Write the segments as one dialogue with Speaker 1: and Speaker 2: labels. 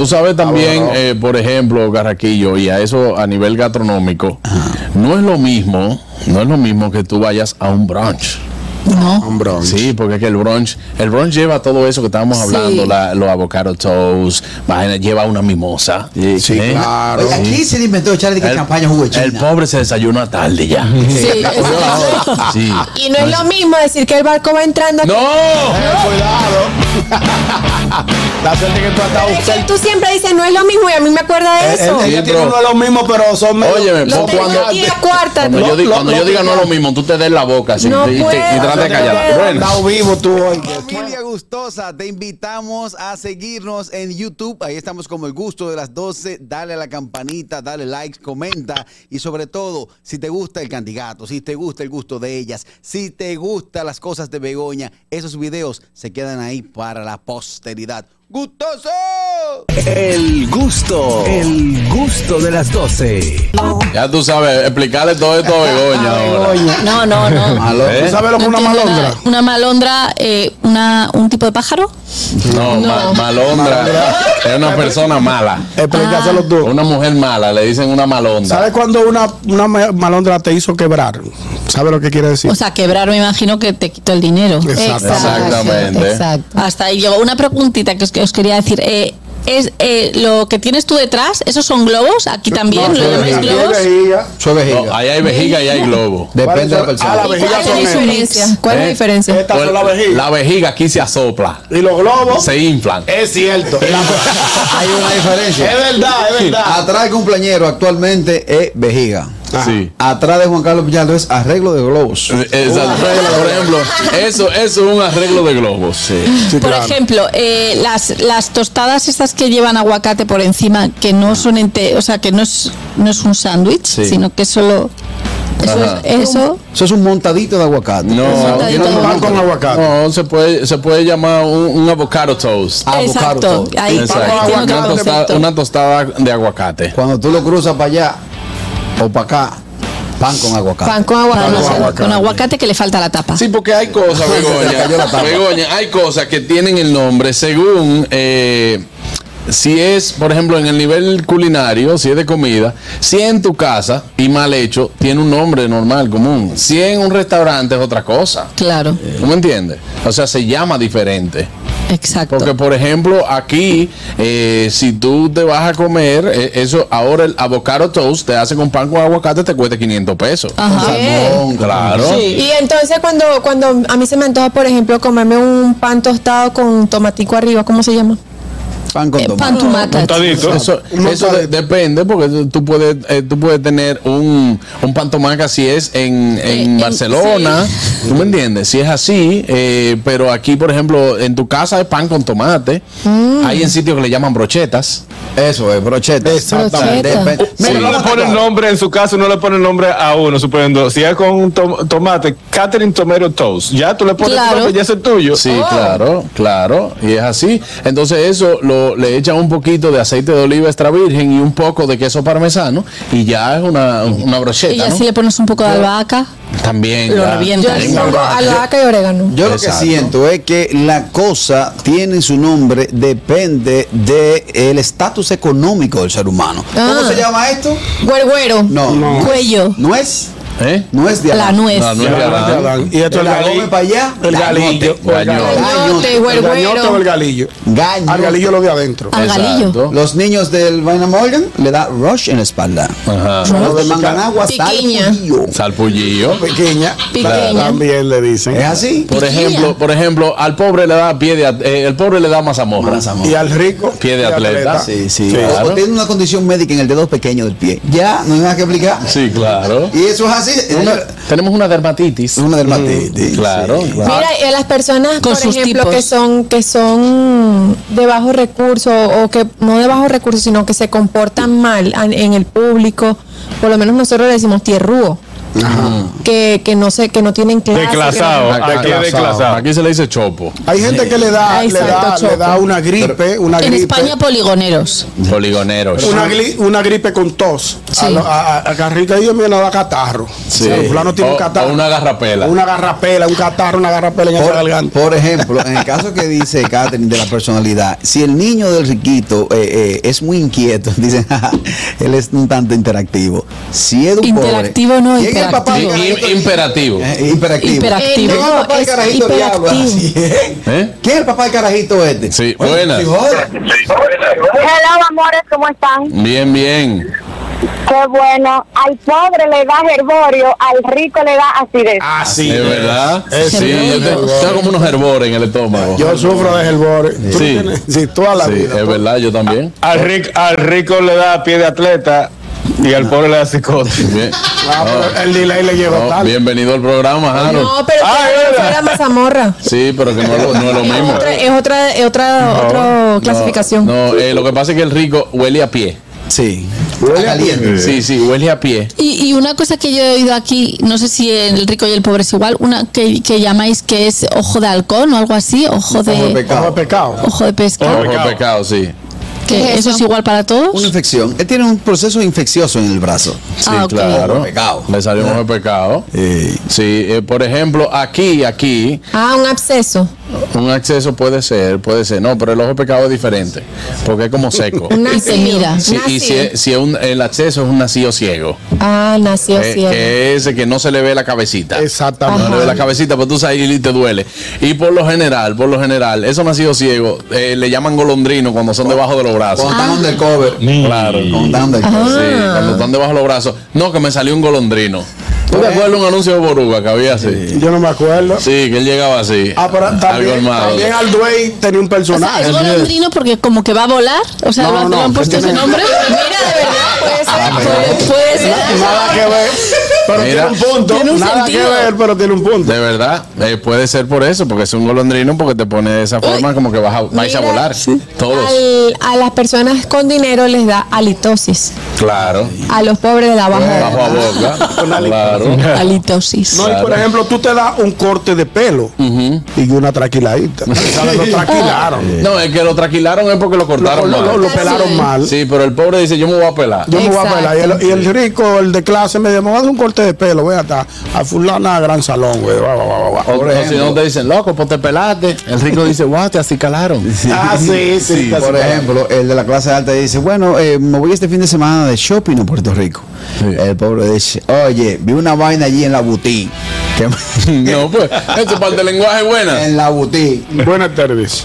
Speaker 1: Tú sabes
Speaker 2: Ah,
Speaker 1: también, eh, por ejemplo, Garraquillo, y a eso a nivel gastronómico, no es lo mismo, no es lo mismo que tú vayas a un brunch.
Speaker 2: Un brunch.
Speaker 1: Sí, porque es que el brunch, el brunch lleva todo eso que estábamos hablando, la- los avocado toast, vaina, lleva una mimosa.
Speaker 2: Sí,
Speaker 1: ¿eh?
Speaker 2: claro.
Speaker 3: Oye, Aquí se le inventó echarle que
Speaker 1: El-
Speaker 3: champaña jugo de
Speaker 1: El
Speaker 3: China.
Speaker 1: pobre se desayuna tarde ya.
Speaker 4: Sí, exacto.
Speaker 1: Sí.
Speaker 4: Y no es lo mismo decir que el barco va entrando.
Speaker 1: ¡No!
Speaker 2: Eh, cuidado. La suerte que tú has estado
Speaker 4: Es que
Speaker 2: usted.
Speaker 4: tú siempre dices, no es lo mismo y a mí me acuerda de eso.
Speaker 1: el-
Speaker 2: Ella
Speaker 1: Sí,
Speaker 2: tiene
Speaker 1: bro.
Speaker 2: uno de los mismos, pero son medio-
Speaker 1: Óyeme,
Speaker 4: Lo
Speaker 1: vos
Speaker 4: tengo
Speaker 1: cuando,
Speaker 4: aquí a cuarta.
Speaker 1: cuando yo,
Speaker 2: Lo-
Speaker 1: di-
Speaker 2: lo-
Speaker 1: cuando yo
Speaker 2: lo-
Speaker 1: diga no es lo mismo, tú te des la boca así,
Speaker 4: No
Speaker 1: y, te- y
Speaker 4: puedo.
Speaker 1: trates de callarla.
Speaker 2: Has
Speaker 1: Bueno.
Speaker 2: estado vivo tú hoy.
Speaker 5: Familia gustosa, te invitamos a seguirnos en YouTube. Ahí estamos como el gusto de las 12. Dale a la campanita, dale like, comenta. Y sobre todo, si te gusta el candidato, si te gusta el gusto de ellas, si te gustan las cosas de Begoña, esos videos se quedan ahí para la posteridad. ¡Gustoso!
Speaker 6: El gusto, el gusto de las 12.
Speaker 1: Ya tú sabes, explicarle todo esto a Begoña ahora. ¿Eh?
Speaker 7: No, no, no.
Speaker 2: Malo. ¿Tú sabes lo que es una
Speaker 7: No entiendo
Speaker 2: malondra?
Speaker 7: nada. Una malondra, eh, una, un tipo de pájaro.
Speaker 1: No, ma- malondra. Es una persona mala.
Speaker 7: Ah.
Speaker 2: Explícaselo tú.
Speaker 1: Una mujer mala, le dicen una malondra.
Speaker 2: ¿Sabes cuando una, una ma- malondra te hizo quebrar? ¿Sabes lo que quiere decir?
Speaker 7: O sea, quebrar me imagino que te quito el dinero.
Speaker 1: Exactamente.
Speaker 4: Exacto.
Speaker 7: Hasta ahí llegó. Una preguntita que os, que os quería decir. eh, es eh, lo que tienes tú detrás, ¿esos son globos? Aquí también, ¿lo llamáis
Speaker 2: vejiga.
Speaker 7: globos?
Speaker 3: Soy vejiga.
Speaker 1: No, ahí hay vejiga y hay globo.
Speaker 3: Depende de la
Speaker 2: Ah,
Speaker 3: persona.
Speaker 2: la
Speaker 7: ¿Y
Speaker 2: vejiga
Speaker 7: cuál es la
Speaker 2: son esas.
Speaker 7: diferencia?
Speaker 4: ¿Cuál es la
Speaker 1: Eh,
Speaker 4: diferencia?
Speaker 2: Estas son la
Speaker 1: Pues,
Speaker 2: vejiga.
Speaker 1: La vejiga aquí se asopla,
Speaker 2: Y Eh. los globos.
Speaker 1: se inflan.
Speaker 2: Es cierto.
Speaker 3: Hay una
Speaker 2: es
Speaker 3: diferencia.
Speaker 2: verdad, es verdad.
Speaker 3: Atrás del cumpleañero actualmente es vejiga.
Speaker 1: Sí.
Speaker 3: Atrás de Juan Carlos Villaldo es arreglo de globos.
Speaker 1: Exacto. Por ejemplo, eso, eso es un arreglo de globos.
Speaker 2: Sí,
Speaker 7: Por
Speaker 2: claro.
Speaker 7: ejemplo, eh, las, las tostadas estas que llevan aguacate por encima, que no son ente, o sea, que no es, no es un sándwich,
Speaker 1: Sí.
Speaker 7: sino que solo eso,
Speaker 1: Ajá.
Speaker 7: es- eso
Speaker 3: Eso es un montadito de aguacate.
Speaker 1: No,
Speaker 7: Montadito
Speaker 1: tiene
Speaker 7: de
Speaker 1: un-
Speaker 2: Pan con aguacate.
Speaker 1: No, se puede, se puede llamar un, un Ah, avocado toast.
Speaker 3: Avocado
Speaker 7: exacto,
Speaker 3: toast.
Speaker 7: ahí,
Speaker 1: Exacto.
Speaker 7: ahí tiene otro
Speaker 1: Una, tostada,
Speaker 7: concepto.
Speaker 1: una tostada de aguacate.
Speaker 3: Cuando tú lo cruzas para allá o para acá, pan con aguacate.
Speaker 4: Pan con agua.
Speaker 7: Con aguacate. Con aguacate que le falta la tapa.
Speaker 1: Sí, porque hay cosas,
Speaker 3: cayó la
Speaker 1: Begoña.
Speaker 3: tapa.
Speaker 1: Begoña, hay cosas que tienen el nombre según eh, si es, por ejemplo, en el nivel culinario, si es de comida, si en tu casa y mal hecho, tiene un nombre normal, común. Si en un restaurante es otra cosa.
Speaker 7: Claro,
Speaker 1: ¿Tú me entiendes? O sea, se llama diferente.
Speaker 7: exacto.
Speaker 1: Eh, Porque, por ejemplo, aquí, eh, si tú te vas a comer, eh, eso ahora el avocado toast te hace con pan con aguacate, te cuesta 500 pesos.
Speaker 7: Ajá. Eh,
Speaker 3: Salmón,
Speaker 1: Claro.
Speaker 4: Y entonces cuando, cuando a mí se me antoja, por ejemplo, comerme un pan tostado con tomatico arriba, ¿cómo se llama?
Speaker 3: Pan con
Speaker 7: Eh,
Speaker 3: tomate.
Speaker 7: pan tomata.
Speaker 1: Eso, eso de- depende porque tú- tú puedes, eh, tú puedes tener un, un pantomaca si es en,
Speaker 7: Eh,
Speaker 1: en
Speaker 7: en-
Speaker 1: Barcelona, ¿tú me entiendes? Si es así, eh, pero aquí, por ejemplo, en tu casa es pan con tomate,
Speaker 7: Mm.
Speaker 1: hay en sitios que le llaman brochetas.
Speaker 3: Eso es, brocheta.
Speaker 2: Exactamente.
Speaker 3: Depende-
Speaker 1: Sí.
Speaker 8: Pero no le ponen nombre, en su caso no le ponen nombre a uno, suponiendo, si es con un tom- tomate, Catherine Tomato Toast, ya tú le pones
Speaker 7: Claro.
Speaker 8: tu nombre, ya es el tuyo.
Speaker 1: Sí,
Speaker 7: Oh.
Speaker 1: claro, claro, y es así. Entonces eso lo, le echan un poquito de aceite de oliva extra virgen y un poco de queso parmesano y ya es una, una brocheta.
Speaker 7: Y
Speaker 1: ¿no?
Speaker 7: así le pones un poco de albahaca.
Speaker 1: También. ya.
Speaker 7: lo
Speaker 4: Yo
Speaker 7: revientas.
Speaker 4: le pongo albahaca y orégano.
Speaker 3: Yo lo
Speaker 1: Exacto.
Speaker 3: que siento es que la cosa tiene su nombre, depende del estatus económico del ser humano.
Speaker 4: Ah.
Speaker 3: ¿Cómo se llama esto?
Speaker 4: Güergüero.
Speaker 3: No, no.
Speaker 7: Cuello,
Speaker 3: Nuez.
Speaker 1: ¿Eh?
Speaker 3: Nuez de
Speaker 7: la
Speaker 3: Adán.
Speaker 7: nuez.
Speaker 1: La nuez de Adán.
Speaker 2: Y esto es
Speaker 3: La
Speaker 2: el
Speaker 3: come
Speaker 2: galillo.
Speaker 3: para allá.
Speaker 2: El
Speaker 3: la
Speaker 2: galillo.
Speaker 3: note.
Speaker 2: o el
Speaker 1: Gañote.
Speaker 2: galillo.
Speaker 4: Gañote,
Speaker 2: El gañote o el
Speaker 4: güergüero.
Speaker 2: galillo.
Speaker 3: Gañote.
Speaker 2: Al galillo lo de adentro.
Speaker 7: Al galillo.
Speaker 1: Exacto.
Speaker 3: Los niños del Vaina Morgan le da rush en la espalda.
Speaker 1: Ajá.
Speaker 3: Los de Manganagua, sal,
Speaker 7: Piquiña.
Speaker 3: pujillo.
Speaker 1: Salpullillo.
Speaker 2: Pequeña.
Speaker 7: Pequeña.
Speaker 2: También le dicen.
Speaker 3: ¿Es así?
Speaker 1: Por
Speaker 7: Piquilla.
Speaker 1: ejemplo, por ejemplo, al pobre le da pie de at- eh, el pobre le da mazamorra.
Speaker 3: Mazamorra.
Speaker 2: Y al rico.
Speaker 1: Pie de atleta.
Speaker 3: Sí, sí.
Speaker 2: Sí,
Speaker 3: O-
Speaker 1: claro.
Speaker 3: O tiene una condición médica en el dedo pequeño del pie. Ya, no hay nada que explicar.
Speaker 1: Sí, claro.
Speaker 3: Y eso es así.
Speaker 2: eh,
Speaker 1: Una- tenemos una dermatitis.
Speaker 3: Es una
Speaker 2: Mm,
Speaker 3: dermatitis.
Speaker 1: Claro,
Speaker 3: sí.
Speaker 1: claro.
Speaker 4: Mira, y a las personas,
Speaker 7: Con
Speaker 4: por
Speaker 7: sus
Speaker 4: ejemplo,
Speaker 7: tipos.
Speaker 4: que son que son de bajos recursos o que no de bajos recursos, sino que se comportan mal an- en el público, por lo menos nosotros le decimos tierrúo. que, que no sé, que no tienen clase. Ah, que no-
Speaker 8: Declasado. Aquí es declasado.
Speaker 1: Aquí se le dice chopo.
Speaker 2: Hay gente que le da,
Speaker 4: Ay,
Speaker 2: le
Speaker 4: santo
Speaker 2: da,
Speaker 4: choco.
Speaker 2: le da una gripe, una
Speaker 7: En
Speaker 2: gripe.
Speaker 7: España,
Speaker 1: pues-
Speaker 7: poligoneros.
Speaker 1: Poligoneros.
Speaker 2: Una, gri- una gripe con tos.
Speaker 7: Sí.
Speaker 2: A, lo- a, a- a Carrica y yo me da catarro.
Speaker 1: Sí.
Speaker 2: O sea, fulano tiene
Speaker 1: O-
Speaker 2: un catarro.
Speaker 1: o una garrapela.
Speaker 2: Una garrapela, un catarro, una garrapela en esa
Speaker 3: Por,
Speaker 2: garganta.
Speaker 3: por ejemplo, en el caso que dice Catherine de la personalidad, si el niño del riquito eh, eh, es muy inquieto, dicen, "Ja, ja, él es un tanto interactivo. Si es un
Speaker 7: Interactivo
Speaker 3: pobre,
Speaker 7: no,
Speaker 3: ¿quién es el papá del
Speaker 1: I-
Speaker 3: carajito?
Speaker 1: i- imperativo.
Speaker 3: Eh, Hiperactivo.
Speaker 7: Hiperactivo.
Speaker 3: ¿Quién es el papá del
Speaker 7: Es
Speaker 3: carajito diablo?
Speaker 7: hiperactivo.
Speaker 3: Así es.
Speaker 1: ¿Eh?
Speaker 3: ¿Quién es el papá del carajito este?
Speaker 1: Sí,
Speaker 3: Oye,
Speaker 1: buenas.
Speaker 3: sí, joder.
Speaker 9: Hello, amores, ¿cómo están?
Speaker 1: Bien, bien.
Speaker 9: Qué bueno. Al pobre le da herborio, al rico le da acidez.
Speaker 2: Así.
Speaker 1: ¿Es verdad?
Speaker 2: Es
Speaker 1: sí,
Speaker 2: verdad.
Speaker 1: yo te- tengo como unos herbores en el estómago.
Speaker 2: Eh, Yo sufro de helbore.
Speaker 1: Sí.
Speaker 2: Tú tienes- Sí, toda la
Speaker 1: sí,
Speaker 2: vida. pues.
Speaker 1: es verdad, yo también.
Speaker 8: Al rico, al rico le da pie de atleta y al pobre le da psicote.
Speaker 1: Ah. Bien.
Speaker 2: Ah, pero el delay le llegó
Speaker 1: No,
Speaker 2: tarde.
Speaker 1: bienvenido al programa, Harold.
Speaker 4: No, pero
Speaker 8: Ah,
Speaker 4: que
Speaker 8: es verdad.
Speaker 4: fuera mazamorra.
Speaker 1: Sí, pero que no, es lo- no es lo
Speaker 4: Es
Speaker 1: mismo.
Speaker 4: otra, es otra, es otra, otra clasificación.
Speaker 1: No, eh, lo que pasa es que el rico huele a pie.
Speaker 3: Sí. Huele a caliente.
Speaker 1: Sí, sí, huele a pie.
Speaker 7: Y, y una cosa que yo he oído aquí, no sé si el rico y el pobre es igual, una que, que llamáis que es ojo de halcón o algo así, ojo
Speaker 3: Ojo de
Speaker 7: de
Speaker 3: pecado.
Speaker 2: Ojo de pecado.
Speaker 7: ojo de pesca,
Speaker 1: Ojo
Speaker 8: pecado.
Speaker 1: pecado, sí.
Speaker 4: Ah,
Speaker 7: que eso es igual para
Speaker 3: Una
Speaker 7: todos.
Speaker 3: infección. Él tiene un proceso infeccioso en el brazo.
Speaker 1: Sí,
Speaker 7: Ah, ok.
Speaker 1: claro.
Speaker 3: Ojo pecado.
Speaker 1: Le salió un ojo pecado.
Speaker 3: Eh,
Speaker 1: Sí, eh, por ejemplo, aquí, aquí,
Speaker 4: Ah, un absceso.
Speaker 1: un acceso puede ser, puede ser. No, pero el ojo pecado es diferente, porque es como seco.
Speaker 4: Un
Speaker 7: Y
Speaker 4: nacido.
Speaker 7: te mira.
Speaker 1: Sí, y
Speaker 4: Nacido.
Speaker 1: si, es- si es un- el acceso es un nacido ciego,
Speaker 4: Ah, nació
Speaker 1: eh,
Speaker 4: ciego.
Speaker 1: que es ese que no se le ve la cabecita.
Speaker 2: Exactamente.
Speaker 1: No le ve la cabecita, pues tú sabes y te duele. Y por lo general, por lo general, esos nacidos ciegos eh, le llaman golondrino cuando son debajo de los brazos.
Speaker 2: Ah.
Speaker 7: Ah.
Speaker 3: Cuando están undercover.
Speaker 1: Claro.
Speaker 3: Cuando están undercover.
Speaker 1: Sí, cuando están debajo de los brazos. No, que me salió un golondrino. ¿Tú te acuerdas un anuncio de Boruga que había así?
Speaker 2: Yo no me acuerdo.
Speaker 1: Sí, que él llegaba así.
Speaker 2: Ah, pero
Speaker 1: algo
Speaker 2: también,
Speaker 1: armado.
Speaker 2: también al Dwayne tenía un
Speaker 7: O sea,
Speaker 2: personaje.
Speaker 7: es golondrino porque como que va a volar, o sea,
Speaker 2: No,
Speaker 7: lo han-
Speaker 2: no,
Speaker 7: lo han
Speaker 2: que
Speaker 7: puesto ese
Speaker 2: tiene-
Speaker 7: nombre.
Speaker 4: Mira, de verdad, puede ser.
Speaker 7: Puede- puede ser.
Speaker 2: Nada que ver, pero
Speaker 1: Mira.
Speaker 2: tiene un punto.
Speaker 7: Tiene un
Speaker 2: Nada
Speaker 7: sentido.
Speaker 2: que ver, pero tiene un punto.
Speaker 1: De verdad, eh, puede ser por eso, porque es un golondrino, porque te pone de esa forma como que vas a, vais a
Speaker 4: Mira,
Speaker 1: volar. Todos.
Speaker 4: al- a las personas con dinero les da halitosis.
Speaker 1: Claro.
Speaker 4: A los pobres de la baja.
Speaker 1: Bajo a boca. claro.
Speaker 7: Halitosis.
Speaker 2: No, y por ejemplo, tú te das un corte de pelo y una traquiladita. ¿Sabes? Lo traquilaron.
Speaker 1: No, el que lo traquilaron es porque lo
Speaker 2: Lo,
Speaker 1: cortaron
Speaker 2: lo- lo-
Speaker 1: mal.
Speaker 2: lo pelaron mal.
Speaker 1: Sí, pero el pobre dice, yo me voy a pelar.
Speaker 2: Yo me voy a
Speaker 4: Exacto.
Speaker 2: pelar. Y el, y el rico, el de clase, me dijo, me voy a dar un corte de pelo. Voy hasta a fulana a gran salón, güey. Va, va, va, va, va.
Speaker 1: O, o si no te dicen, loco, pues te pelaste. El rico dice, guau, te acicalaron.
Speaker 2: Ah, sí, sí.
Speaker 3: Sí,
Speaker 2: está
Speaker 3: por
Speaker 2: separado.
Speaker 3: ejemplo, el de la clase alta dice, bueno, eh, me voy este fin de semana de shopping a Puerto Rico. El pobre dice, oye, vi una vaina allí en la boutique. que me-
Speaker 1: No, pues, esto es parte del lenguaje buena.
Speaker 3: en la boutique.
Speaker 2: Buenas tardes.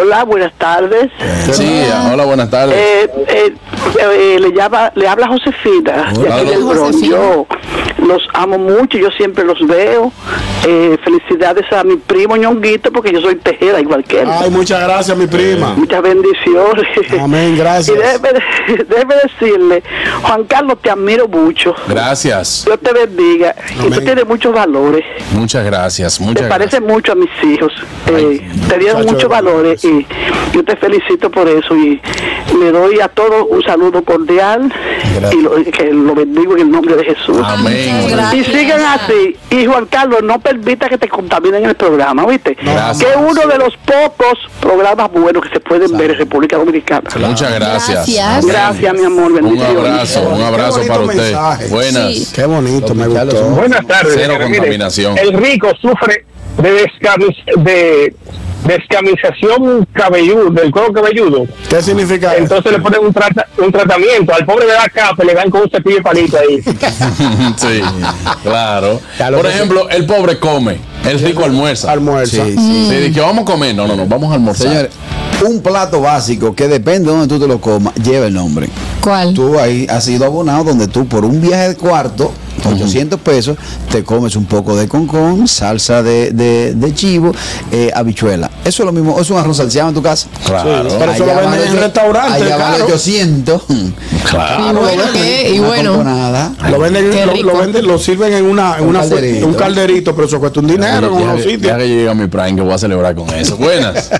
Speaker 10: Hola, buenas tardes.
Speaker 1: Sí, hola, buenas tardes.
Speaker 10: Eh, eh, eh, le, llama, le habla Josefina. de aquí
Speaker 1: Hola,
Speaker 10: del Bronx.
Speaker 4: Josefina.
Speaker 10: Yo los amo mucho, yo siempre los veo. Eh, felicidades a mi primo Ñonguito, porque yo soy tejera igual que él.
Speaker 2: Ay, muchas gracias, mi prima.
Speaker 10: Muchas bendiciones.
Speaker 2: Amén, gracias.
Speaker 10: Y déjeme, de- déjeme decirle, Juan Carlos, te admiro mucho.
Speaker 1: Gracias.
Speaker 10: Dios te bendiga. Y tú
Speaker 2: Amén.
Speaker 10: tienes muchos valores.
Speaker 1: Muchas gracias,
Speaker 10: Te
Speaker 1: muchas
Speaker 10: parece
Speaker 1: gracias.
Speaker 10: mucho a mis hijos. Eh, te dieron
Speaker 2: muchacho,
Speaker 10: muchos valores y yo te felicito por eso. Y le doy a todos un saludo cordial y lo, que lo bendigo en el nombre de Jesús.
Speaker 1: Amén.
Speaker 10: Y sigan así. Y Juan Carlos, no permita que te contaminen el programa, ¿viste?
Speaker 1: Gracias.
Speaker 10: Que es uno de los pocos programas buenos que se pueden ver en República Dominicana.
Speaker 1: Muchas gracias.
Speaker 7: Gracias.
Speaker 1: Amén.
Speaker 10: Gracias, mi amor.
Speaker 1: Un
Speaker 10: Bendiciones.
Speaker 1: abrazo, un abrazo
Speaker 2: Qué
Speaker 1: para
Speaker 2: bonito
Speaker 1: usted.
Speaker 2: mensaje.
Speaker 1: Buenas.
Speaker 7: Sí.
Speaker 2: Qué bonito, me gustó.
Speaker 11: Buenas tardes.
Speaker 1: Cero
Speaker 11: Mire,
Speaker 1: contaminación.
Speaker 11: el rico sufre de, descamis- de descamisación cabelludo, del cuero cabelludo.
Speaker 2: ¿Qué significa eso?
Speaker 11: Entonces le ponen un, trata- un tratamiento. Al pobre de la capa le dan con un cepillo y palito ahí.
Speaker 1: sí, claro.
Speaker 2: Ya lo
Speaker 1: Por
Speaker 2: que-
Speaker 1: ejemplo, el pobre come, el rico almuerza.
Speaker 2: Almuerzo.
Speaker 3: Sí,
Speaker 1: Sí, dije, vamos a comer. No, no, no, vamos a almorzar.
Speaker 3: Señores, un plato básico que depende de donde tú te lo comas, lleva el nombre.
Speaker 7: ¿Cuál?
Speaker 3: Tú ahí has sido abonado donde tú por un viaje de cuarto, 800 pesos, te comes un poco de concón, salsa de, de- de chivo, eh, habichuela. Eso es lo mismo, eso es un arroz salseado en tu casa.
Speaker 1: Claro.
Speaker 2: Pero eso lo
Speaker 3: Allá
Speaker 2: venden
Speaker 3: vale
Speaker 2: en
Speaker 3: ocho-
Speaker 2: restaurantes,
Speaker 3: Allá vale
Speaker 2: claro.
Speaker 3: 800.
Speaker 1: claro.
Speaker 3: Ah,
Speaker 7: y bueno,
Speaker 2: lo
Speaker 7: ¿qué?
Speaker 2: venden.
Speaker 7: y
Speaker 3: Una
Speaker 7: bueno,
Speaker 3: componada.
Speaker 2: Lo venden,
Speaker 7: Qué
Speaker 2: lo,
Speaker 7: rico.
Speaker 2: lo venden, lo sirven en una, en
Speaker 3: Un
Speaker 2: una fu-
Speaker 3: calderito.
Speaker 2: un calderito, pero eso cuesta un
Speaker 1: Ya,
Speaker 2: dinero en
Speaker 1: ya
Speaker 2: unos
Speaker 1: que- ya
Speaker 2: sitios.
Speaker 1: que llega mi prime, que voy a celebrar con eso. Buenas.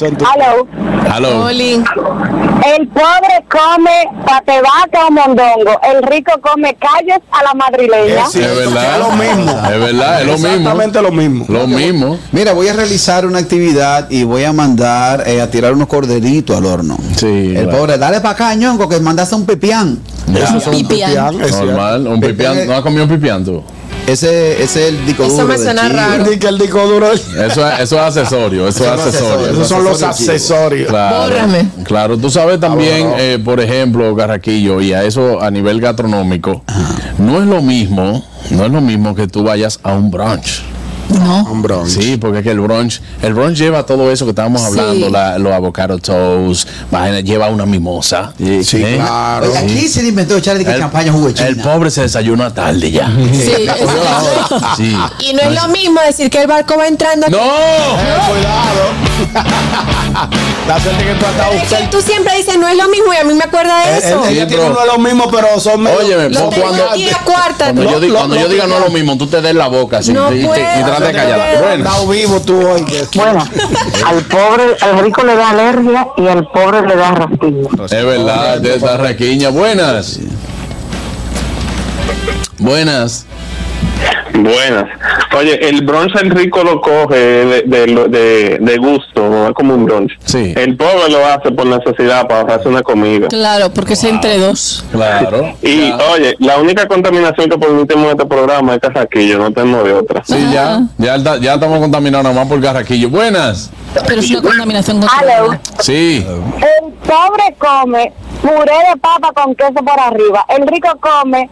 Speaker 9: Hello.
Speaker 1: Hello.
Speaker 7: Oli,
Speaker 9: El pobre come patebaca o mondongo. El rico come callo frijoles a la madrileña.
Speaker 1: Es verdad.
Speaker 3: lo mismo.
Speaker 1: Es verdad, es lo mismo.
Speaker 3: Exactamente
Speaker 2: lo mismo.
Speaker 1: Lo mismo.
Speaker 3: Mira, voy a realizar una actividad y voy a mandar eh, a tirar unos corderitos al horno.
Speaker 1: Sí.
Speaker 3: El
Speaker 1: claro.
Speaker 3: pobre, dale para acá, ñonco, que mandaste un pepián.
Speaker 1: Ya.
Speaker 3: Eso es un
Speaker 7: Pipián.
Speaker 3: pepián, es
Speaker 1: Normal,
Speaker 3: cierto.
Speaker 1: un pipián. ¿No has comido un pipián tú?
Speaker 3: Ese, ese es el disco
Speaker 4: Eso
Speaker 3: duro
Speaker 4: me
Speaker 3: del
Speaker 4: suena
Speaker 3: chivo.
Speaker 4: raro.
Speaker 2: Di que el disco duro.
Speaker 1: Eso es, eso es accesorio, eso, es
Speaker 3: Eso
Speaker 1: accesorio.
Speaker 3: es accesorio,
Speaker 2: Esos son los
Speaker 3: Accesorio, chivo.
Speaker 2: accesorios.
Speaker 1: Claro,
Speaker 4: Bórrame.
Speaker 1: claro, tú
Speaker 2: Ah,
Speaker 1: sabes también, eh, por ejemplo, Garraquillo, y a eso a nivel gastronómico, no es lo mismo, no es lo mismo que tú vayas a un brunch.
Speaker 7: No.
Speaker 2: Un brunch.
Speaker 1: Sí, porque es que el brunch, el brunch lleva todo eso que estábamos
Speaker 7: Sí.
Speaker 1: hablando, la- los avocado toast, vaina, lleva una mimosa.
Speaker 2: Sí,
Speaker 1: ¿eh?
Speaker 2: claro.
Speaker 3: Oiga,
Speaker 1: Sí.
Speaker 3: ¿quién se le inventó echarle que
Speaker 1: El-
Speaker 3: champaña jugo de
Speaker 1: El
Speaker 3: China?
Speaker 1: pobre se desayuna tarde ya.
Speaker 7: Sí,
Speaker 1: Sí.
Speaker 4: Y no es lo mismo decir que el barco va entrando.
Speaker 1: ¡No!
Speaker 2: Cuidado. La suerte que tú has dado
Speaker 4: Pero es
Speaker 2: usted.
Speaker 4: que tú siempre dices, no es lo mismo, y a mí me acuerda de eso.
Speaker 1: el-
Speaker 2: Ella
Speaker 1: Sí,
Speaker 2: tiene
Speaker 1: pero-
Speaker 2: uno de los mismos, pero son medio-
Speaker 1: Óyeme,
Speaker 4: Lo
Speaker 1: vos
Speaker 4: tengo
Speaker 1: cuando,
Speaker 4: aquí a cuarta.
Speaker 1: cuando
Speaker 4: Lo-
Speaker 1: yo, di-
Speaker 2: lo-
Speaker 1: cuando
Speaker 2: lo
Speaker 1: yo diga no es lo
Speaker 2: pillado.
Speaker 1: mismo, tú te des la boca así,
Speaker 4: No
Speaker 1: y, te- y
Speaker 4: puedo.
Speaker 1: trates de callar. Bueno,
Speaker 2: Dado vivo tú hoy.
Speaker 9: Bueno, al pobre, al rico le da alergia y al pobre le da rastillo.
Speaker 1: es verdad, de esa raquiña. Buenas. Buenas.
Speaker 11: Buenas. Oye, el bronce el rico lo coge de, de, de- de gusto, no es como un bronce.
Speaker 1: Sí.
Speaker 11: El pobre lo hace por necesidad para ahorrarse una comida.
Speaker 7: Claro, porque es entre dos.
Speaker 1: Claro.
Speaker 11: Y
Speaker 1: Ya.
Speaker 11: oye, la única contaminación que permitimos en este programa es Carraquillo, no tenemos de otra.
Speaker 2: Ah.
Speaker 1: Sí, ya,
Speaker 7: Ajá.
Speaker 1: ya, está- ya estamos contaminados nada más por garraquillo. Buenas.
Speaker 7: Pero es una contaminación
Speaker 9: Hello.
Speaker 7: controlada.
Speaker 1: Sí.
Speaker 9: El pobre come puré de papa con queso por arriba. El rico come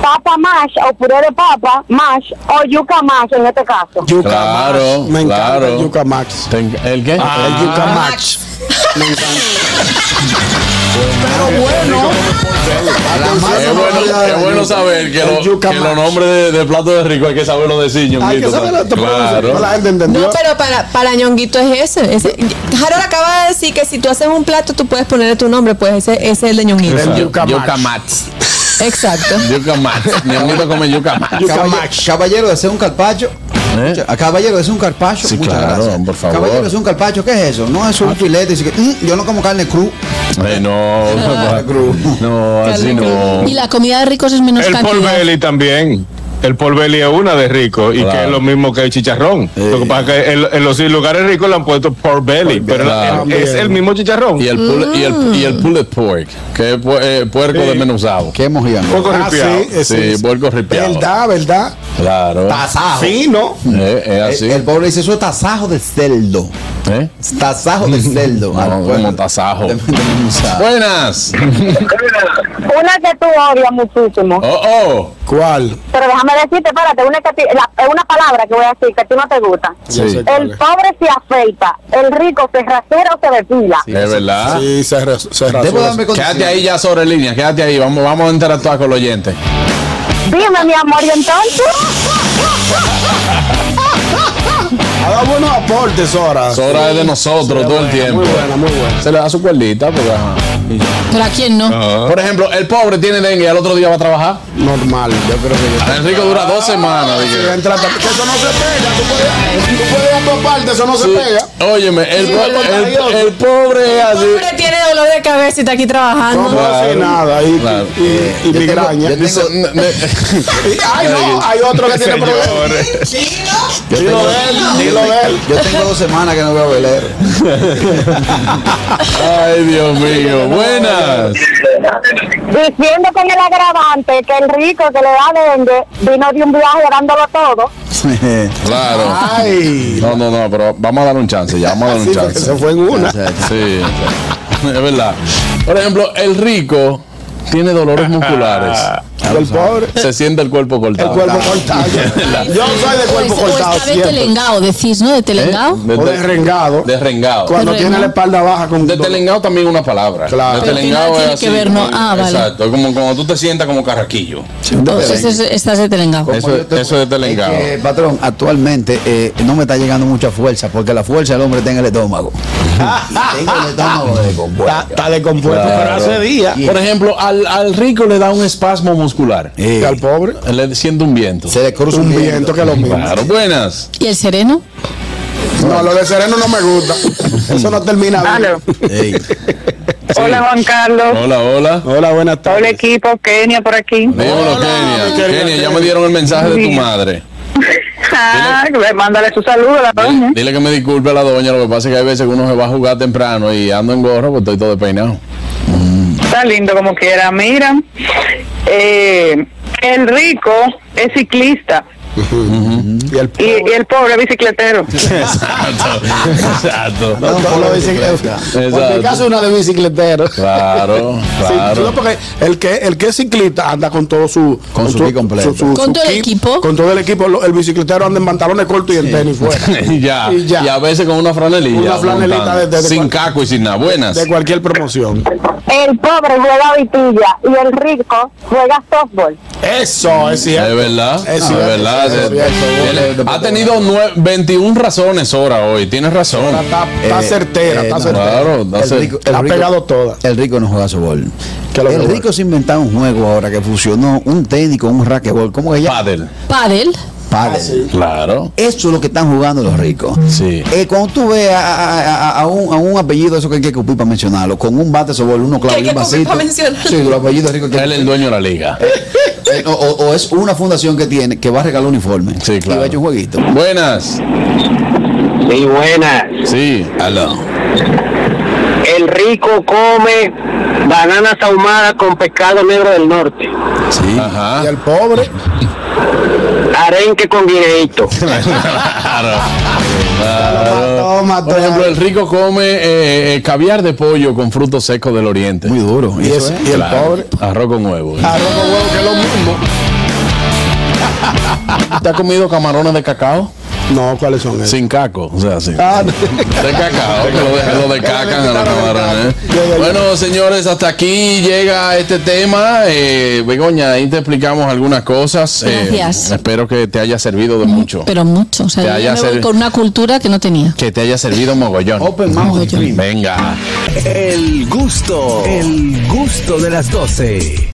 Speaker 9: papa mash o puré de papa mash o yuca mash en este caso.
Speaker 2: Yuca
Speaker 1: Claro,
Speaker 2: Max. Me encanta
Speaker 1: claro.
Speaker 2: el Yuca Max.
Speaker 1: Te enc- ¿El qué?
Speaker 2: El Yuca Max.
Speaker 1: Es bueno, es bueno saber que,
Speaker 2: El
Speaker 1: lo-
Speaker 2: yuca
Speaker 1: que los
Speaker 2: macho.
Speaker 1: nombres de, de plato de rico hay que saberlo decir,
Speaker 2: Hay que
Speaker 1: ñonguito.
Speaker 2: saberlo, te puedo decir.
Speaker 1: Claro.
Speaker 2: No, La gente entendió. Ah,
Speaker 4: No, pero para, para ñonguito es ese. ese. Harold acaba de decir que si tú haces un plato, tú puedes ponerle tu nombre, pues ese, ese es el de ñonguito.
Speaker 2: El Yuca
Speaker 1: Yuca
Speaker 2: Max.
Speaker 1: Mats.
Speaker 4: Exacto.
Speaker 1: Yuca Mats. ñonguito come yuca Mats.
Speaker 2: Yuca
Speaker 3: Caballero,
Speaker 2: Max.
Speaker 3: caballero, ese es un carpacho.
Speaker 1: ¿Eh?
Speaker 3: Escucha, Caballero, ese es un carpacho.
Speaker 1: Sí,
Speaker 3: Muchas
Speaker 1: claro,
Speaker 3: gracias.
Speaker 1: por favor.
Speaker 3: Caballero, ese es un carpacho. ¿Qué es eso? No, eso es un filete. así que, mm, yo no como carne cru.
Speaker 1: Eh, no,
Speaker 3: Cruz.
Speaker 1: no, así no.
Speaker 7: Y la comida de ricos es menos
Speaker 8: El Paul
Speaker 7: cantidad.
Speaker 8: Belly también. El Paul Belly es una de rico y
Speaker 1: Claro.
Speaker 8: que es lo mismo que el chicharrón. Lo que pasa es que en, en los lugares ricos le han puesto Paul Belly, pero
Speaker 1: Claro.
Speaker 8: el- es el mismo chicharrón.
Speaker 1: Y el, pull- y, el, y el pulled pork, que es pu- eh, puerco
Speaker 8: Sí.
Speaker 1: desmenuzado.
Speaker 3: Qué mojiano.
Speaker 8: Poco
Speaker 2: Ah, sí,
Speaker 8: ripiado.
Speaker 2: es-
Speaker 1: Sí,
Speaker 2: es-
Speaker 1: puerco ripiado.
Speaker 2: Verdad, verdad.
Speaker 1: Claro.
Speaker 3: Tasajo.
Speaker 2: Fino.
Speaker 1: Eh, es
Speaker 3: El,
Speaker 1: así.
Speaker 3: el pobre dice, eso es tasajo de cerdo.
Speaker 1: ¿Eh?
Speaker 3: Tasajo de cerdo.
Speaker 1: No,
Speaker 3: Ah,
Speaker 1: como
Speaker 3: bueno.
Speaker 1: tasajo.
Speaker 3: De- de- de- de-
Speaker 1: Buenas.
Speaker 9: Una que tú odias muchísimo.
Speaker 1: Oh, oh.
Speaker 2: ¿Cuál?
Speaker 9: Pero déjame decirte, espérate, una, que a ti- la- es una palabra que voy a decir que a ti no te gusta.
Speaker 1: Sí.
Speaker 2: Ya sé cuál
Speaker 9: El pobre se afeita, el rico se rasera o se depila.
Speaker 1: Es verdad.
Speaker 2: Sí, se, re- se
Speaker 3: Debo
Speaker 2: rasura.
Speaker 3: darme
Speaker 1: Quédate
Speaker 3: condición.
Speaker 1: ahí ya sobre línea, quédate ahí. Vamos, vamos a interactuar con los oyentes.
Speaker 9: Dime, mi amor, ¿y entonces?
Speaker 2: Ha dado buenos aportes, Sora.
Speaker 1: Sora es de nosotros todo el tiempo.
Speaker 2: Muy buena, muy buena.
Speaker 1: Se le da su cuerdita, porque, ajá.
Speaker 7: Pero a quién no.
Speaker 1: Por ejemplo, el pobre tiene dengue y al otro día va a trabajar.
Speaker 2: Normal, yo creo que yo.
Speaker 1: Enrico dura dos semanas.
Speaker 2: Sí,
Speaker 1: dije.
Speaker 2: entra- que eso no se pega. Tú puedes, tú puedes ir a tu parte, eso no se pega.
Speaker 1: Óyeme, el,
Speaker 4: Sí,
Speaker 1: po-
Speaker 4: es
Speaker 1: el, el pobre es así.
Speaker 4: Hombre, tiene dolor de cabeza y está aquí
Speaker 2: No
Speaker 4: trabajando.
Speaker 2: puedo hacer nada. Y,
Speaker 1: claro.
Speaker 2: y- y- y migraña.
Speaker 3: yo
Speaker 1: Dice, "N-
Speaker 3: tengo-
Speaker 1: n-
Speaker 2: Y- ay, no, hay otro que tiene problemas.
Speaker 8: Señores.
Speaker 3: Yo
Speaker 2: Dilo
Speaker 3: tengo-
Speaker 2: de él, dilo de él.
Speaker 3: Yo tengo dos semanas que no veo a Belén.
Speaker 1: Ay, Dios mío. Buenas.
Speaker 9: Diciendo con el agravante que el rico que le da dengue vino de un viaje dándolo todo.
Speaker 1: Claro.
Speaker 2: Ay.
Speaker 1: No, no, no, pero vamos a dar un chance ya. Vamos a dar
Speaker 2: Sí,
Speaker 1: un
Speaker 2: porque
Speaker 1: chance.
Speaker 2: se fue en una.
Speaker 1: Sí, es verdad. Por ejemplo, el rico tiene dolores musculares.
Speaker 2: El pobre.
Speaker 1: Se siente el cuerpo
Speaker 2: El
Speaker 1: cortado.
Speaker 2: cuerpo cortado. Yo soy de Este cuerpo
Speaker 7: Pues, o
Speaker 2: cortado
Speaker 7: está de
Speaker 2: siempre.
Speaker 7: telengao, decís, ¿no? De
Speaker 1: ¿Eh?
Speaker 7: telengao.
Speaker 1: De-
Speaker 2: O
Speaker 1: de-
Speaker 2: desrengado.
Speaker 1: Derrengado.
Speaker 2: Cuando
Speaker 7: Derrengado.
Speaker 2: tiene la espalda baja con
Speaker 1: De telengado también una palabra.
Speaker 2: Claro.
Speaker 1: De
Speaker 2: Pero
Speaker 1: telengado
Speaker 7: que
Speaker 1: es
Speaker 7: nada
Speaker 1: así.
Speaker 7: tiene que ver, ¿no?
Speaker 1: como-
Speaker 7: Ah, vale.
Speaker 1: Exacto. Es como cuando tú te sientas como carraquillo.
Speaker 7: Entonces Pues este es- estás de telengao.
Speaker 1: Eso-
Speaker 3: Como yo tengo-
Speaker 1: eso es de Telengado.
Speaker 3: que, eh, patrón, actualmente eh, no me está llegando mucha fuerza porque la fuerza del hombre está en el estómago. Y tengo el estómago de compuesto.
Speaker 2: Está, está descompuesto, pero hace día.
Speaker 1: Por ejemplo, al, al rico le da un espasmo muscular.
Speaker 2: Y al pobre,
Speaker 1: Le siente un viento.
Speaker 3: Se le cruza
Speaker 2: un viento que lo mismo.
Speaker 1: Claro, buenas.
Speaker 7: ¿Y el sereno?
Speaker 2: No, lo de sereno no me gusta. Eso no termina bien.
Speaker 3: Ey,
Speaker 12: Hola Juan Carlos.
Speaker 1: Hola, hola.
Speaker 2: Hola, buenas
Speaker 12: Hola equipo, Kenia por aquí.
Speaker 1: Dímelo, Kenia. Kenia, ya me dieron el mensaje de tu madre.
Speaker 12: Ah, pues, mándale su saludo a la doña.
Speaker 1: Dile que me disculpe a la doña, lo que pasa es que hay veces que uno se va a jugar temprano y ando en gorro porque estoy todo despeinado.
Speaker 12: Está lindo como quiera. Mira, eh, el rico es ciclista
Speaker 2: Y el
Speaker 12: y, y el pobre es bicicletero.
Speaker 1: Exacto, exacto.
Speaker 2: No, solo bicicleta. Porque el caso es una de bicicletero.
Speaker 1: Claro,
Speaker 2: Sí,
Speaker 1: claro.
Speaker 2: no, porque el que, el que es ciclista anda con todo su.
Speaker 1: Con su kit completo.
Speaker 7: Con todo el
Speaker 2: kit,
Speaker 7: equipo.
Speaker 2: Con todo el equipo. Lo- El bicicletero anda en pantalones cortos y en tenis fuera.
Speaker 1: ya.
Speaker 2: Y
Speaker 1: Y
Speaker 2: ya.
Speaker 1: a veces con una franelilla.
Speaker 2: Una franelita
Speaker 1: montando.
Speaker 2: de- de- de
Speaker 1: sin
Speaker 2: cual-
Speaker 1: caco y sin nada. Buenas.
Speaker 2: De cualquier promoción.
Speaker 9: El pobre juega vitilla y el rico juega softball.
Speaker 2: Eso es cierto.
Speaker 1: Es verdad, es,
Speaker 2: cierto,
Speaker 1: verdad.
Speaker 2: es
Speaker 1: Tiene-
Speaker 2: cierto.
Speaker 1: ha tenido nue- 21 razones ahora hoy. Tienes razón.
Speaker 2: Está, está
Speaker 3: Eh,
Speaker 2: certera,
Speaker 3: eh,
Speaker 2: está
Speaker 3: no.
Speaker 2: certera.
Speaker 1: Claro, está
Speaker 3: El
Speaker 1: cer-
Speaker 3: rico- el
Speaker 2: La ha
Speaker 3: rico-
Speaker 2: pegado toda.
Speaker 3: El rico no juega softball.
Speaker 2: lo
Speaker 3: El
Speaker 2: juega?
Speaker 3: rico se inventó un juego ahora que fusionó un tenis con un racquetball. ¿Cómo que llama?
Speaker 1: Paddle.
Speaker 7: Padel.
Speaker 2: Ah,
Speaker 3: Pádel.
Speaker 1: Claro.
Speaker 3: Eso es lo que están jugando los ricos.
Speaker 1: Sí.
Speaker 3: Eh, cuando tú ves a, a- a- a un, a un apellido, eso que hay que cupir para mencionarlo, con un bate sobre uno clavo
Speaker 4: hay
Speaker 3: y un
Speaker 4: que cupir
Speaker 3: vasito.
Speaker 4: para mencionarlo.
Speaker 3: Sí, los apellidos ricos que hay
Speaker 1: Él es el dueño de la liga.
Speaker 3: que- eh, o, o- o es una fundación que tiene que va a regalar uniforme.
Speaker 1: Sí,
Speaker 3: Y va a
Speaker 1: claro.
Speaker 3: echar un jueguito.
Speaker 1: Buenas.
Speaker 11: Sí, buenas.
Speaker 1: Sí. Aló.
Speaker 11: El rico come bananas ahumadas con pescado negro del norte.
Speaker 1: Sí. Ajá.
Speaker 2: Y el pobre.
Speaker 11: Arenque con guineito.
Speaker 1: Claro. Claro.
Speaker 2: Toma,
Speaker 1: Por
Speaker 2: toma.
Speaker 1: ejemplo, el rico come eh, eh, caviar de pollo con frutos secos del oriente.
Speaker 3: Muy duro.
Speaker 2: Y,
Speaker 3: eso
Speaker 2: es-
Speaker 3: es.
Speaker 2: y el
Speaker 1: Claro.
Speaker 2: pobre.
Speaker 1: Arroz con huevo.
Speaker 2: Arroz con huevo, que es lo mismo.
Speaker 1: ¿Te has comido camarones de cacao?
Speaker 2: No, ¿cuáles son esos?
Speaker 1: Sin caco, o sea, sí.
Speaker 2: Ah, no.
Speaker 1: De cacao, que lo, de- lo decacan a los camarones. ¿eh? Bueno, señores, hasta aquí llega este tema. Eh, Begoña, ahí te explicamos algunas cosas. Eh,
Speaker 7: Gracias.
Speaker 1: espero que te haya servido de mucho.
Speaker 7: Pero mucho. O
Speaker 1: Te
Speaker 7: sea, yo
Speaker 1: haya
Speaker 7: me voy
Speaker 1: ser-
Speaker 7: con una cultura que no tenía.
Speaker 1: Que te haya servido mogollón.
Speaker 3: Open mouth
Speaker 7: Mogollón.
Speaker 1: Venga.
Speaker 6: El gusto, el gusto de las 12.